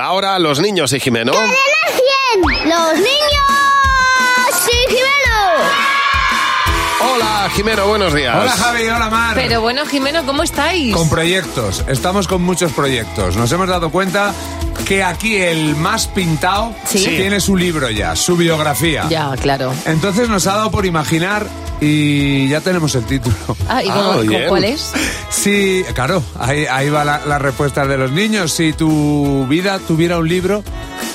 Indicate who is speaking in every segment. Speaker 1: Ahora los niños y Jimeno.
Speaker 2: ¡Los niños! ¡Sí,
Speaker 1: Hola, Jimeno, buenos días.
Speaker 3: Hola Javi, hola Mar.
Speaker 4: Pero bueno, Jimeno, ¿cómo estáis?
Speaker 3: Con proyectos, estamos con muchos proyectos. Nos hemos dado cuenta que aquí el más pintado
Speaker 4: Sí.
Speaker 3: tiene su libro ya, su biografía.
Speaker 4: Ya, claro.
Speaker 3: Entonces nos ha dado por imaginar y ya tenemos el título.
Speaker 4: Ah, ¿y
Speaker 1: Ah,
Speaker 4: cómo- cómo-
Speaker 1: bien.
Speaker 4: cuál es?
Speaker 3: Sí, claro, ahí, ahí va la, la respuesta de los niños. Si tu vida tuviera un libro,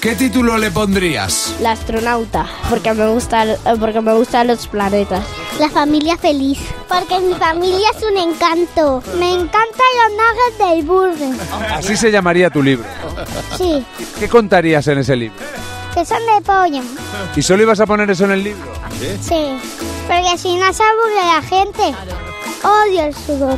Speaker 3: ¿qué título le pondrías?
Speaker 2: La astronauta.
Speaker 5: Porque me, gusta, porque me gustan los planetas.
Speaker 2: La familia feliz. Porque mi familia es un encanto. Me encantan los nuggets del burger.
Speaker 3: Así se llamaría tu libro.
Speaker 2: Sí,
Speaker 3: ¿Qué contarías en ese libro?
Speaker 2: que son de pollo.
Speaker 3: ¿Y solo ibas a poner eso en el libro?
Speaker 2: Sí, porque si no se aburre la gente. Odio el sudor.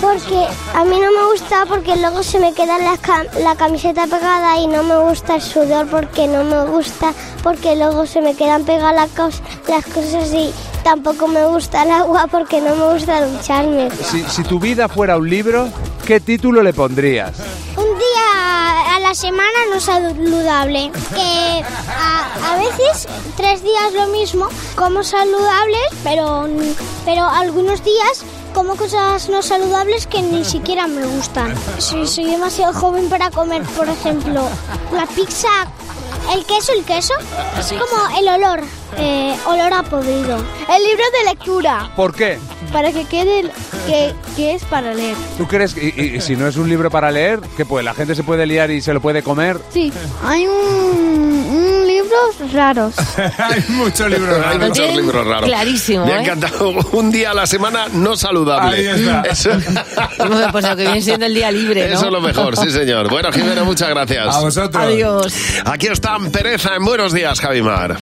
Speaker 2: Porque a mí no me gusta porque luego se me queda la, cam- la camiseta pegada y no me gusta el sudor porque no me gusta porque luego se me quedan pegadas las cos- las cosas y tampoco me gusta el agua porque no me gusta ducharme.
Speaker 3: Si, si tu vida fuera un libro, ¿qué título le pondrías?
Speaker 2: Un día a la semana no es saludable. Que a, a veces tres días lo mismo, como saludables, pero, pero algunos días como cosas no saludables que ni siquiera me gustan. Si soy demasiado joven para comer, por ejemplo, la pizza, el queso, el queso, es como el olor, eh, olor a podrido.
Speaker 5: El libro de lectura.
Speaker 3: ¿Por qué?
Speaker 5: Para que quede que, que es para leer.
Speaker 3: ¿Tú crees que y- y si no es un libro para leer, que pues la gente se puede liar y se lo puede comer?
Speaker 5: Sí. Hay un, un libros raros.
Speaker 3: Hay muchos libros
Speaker 1: Hay
Speaker 4: Lo
Speaker 1: muchos
Speaker 4: tienen
Speaker 1: libros raros.
Speaker 4: clarísimo,
Speaker 1: Me ha
Speaker 4: ¿eh?
Speaker 1: encantado. Un día a la semana no saludable.
Speaker 3: Ahí está.
Speaker 1: Eso,
Speaker 4: Bueno, Pues lo que viene siendo el día libre, ¿no?
Speaker 1: Eso es lo mejor, sí,
Speaker 3: Ah,
Speaker 1: señor. Bueno, Jimeno, muchas gracias.
Speaker 3: vosotros.
Speaker 4: Adiós.
Speaker 1: Aquí están Pereza en Buenos Días, Javimar.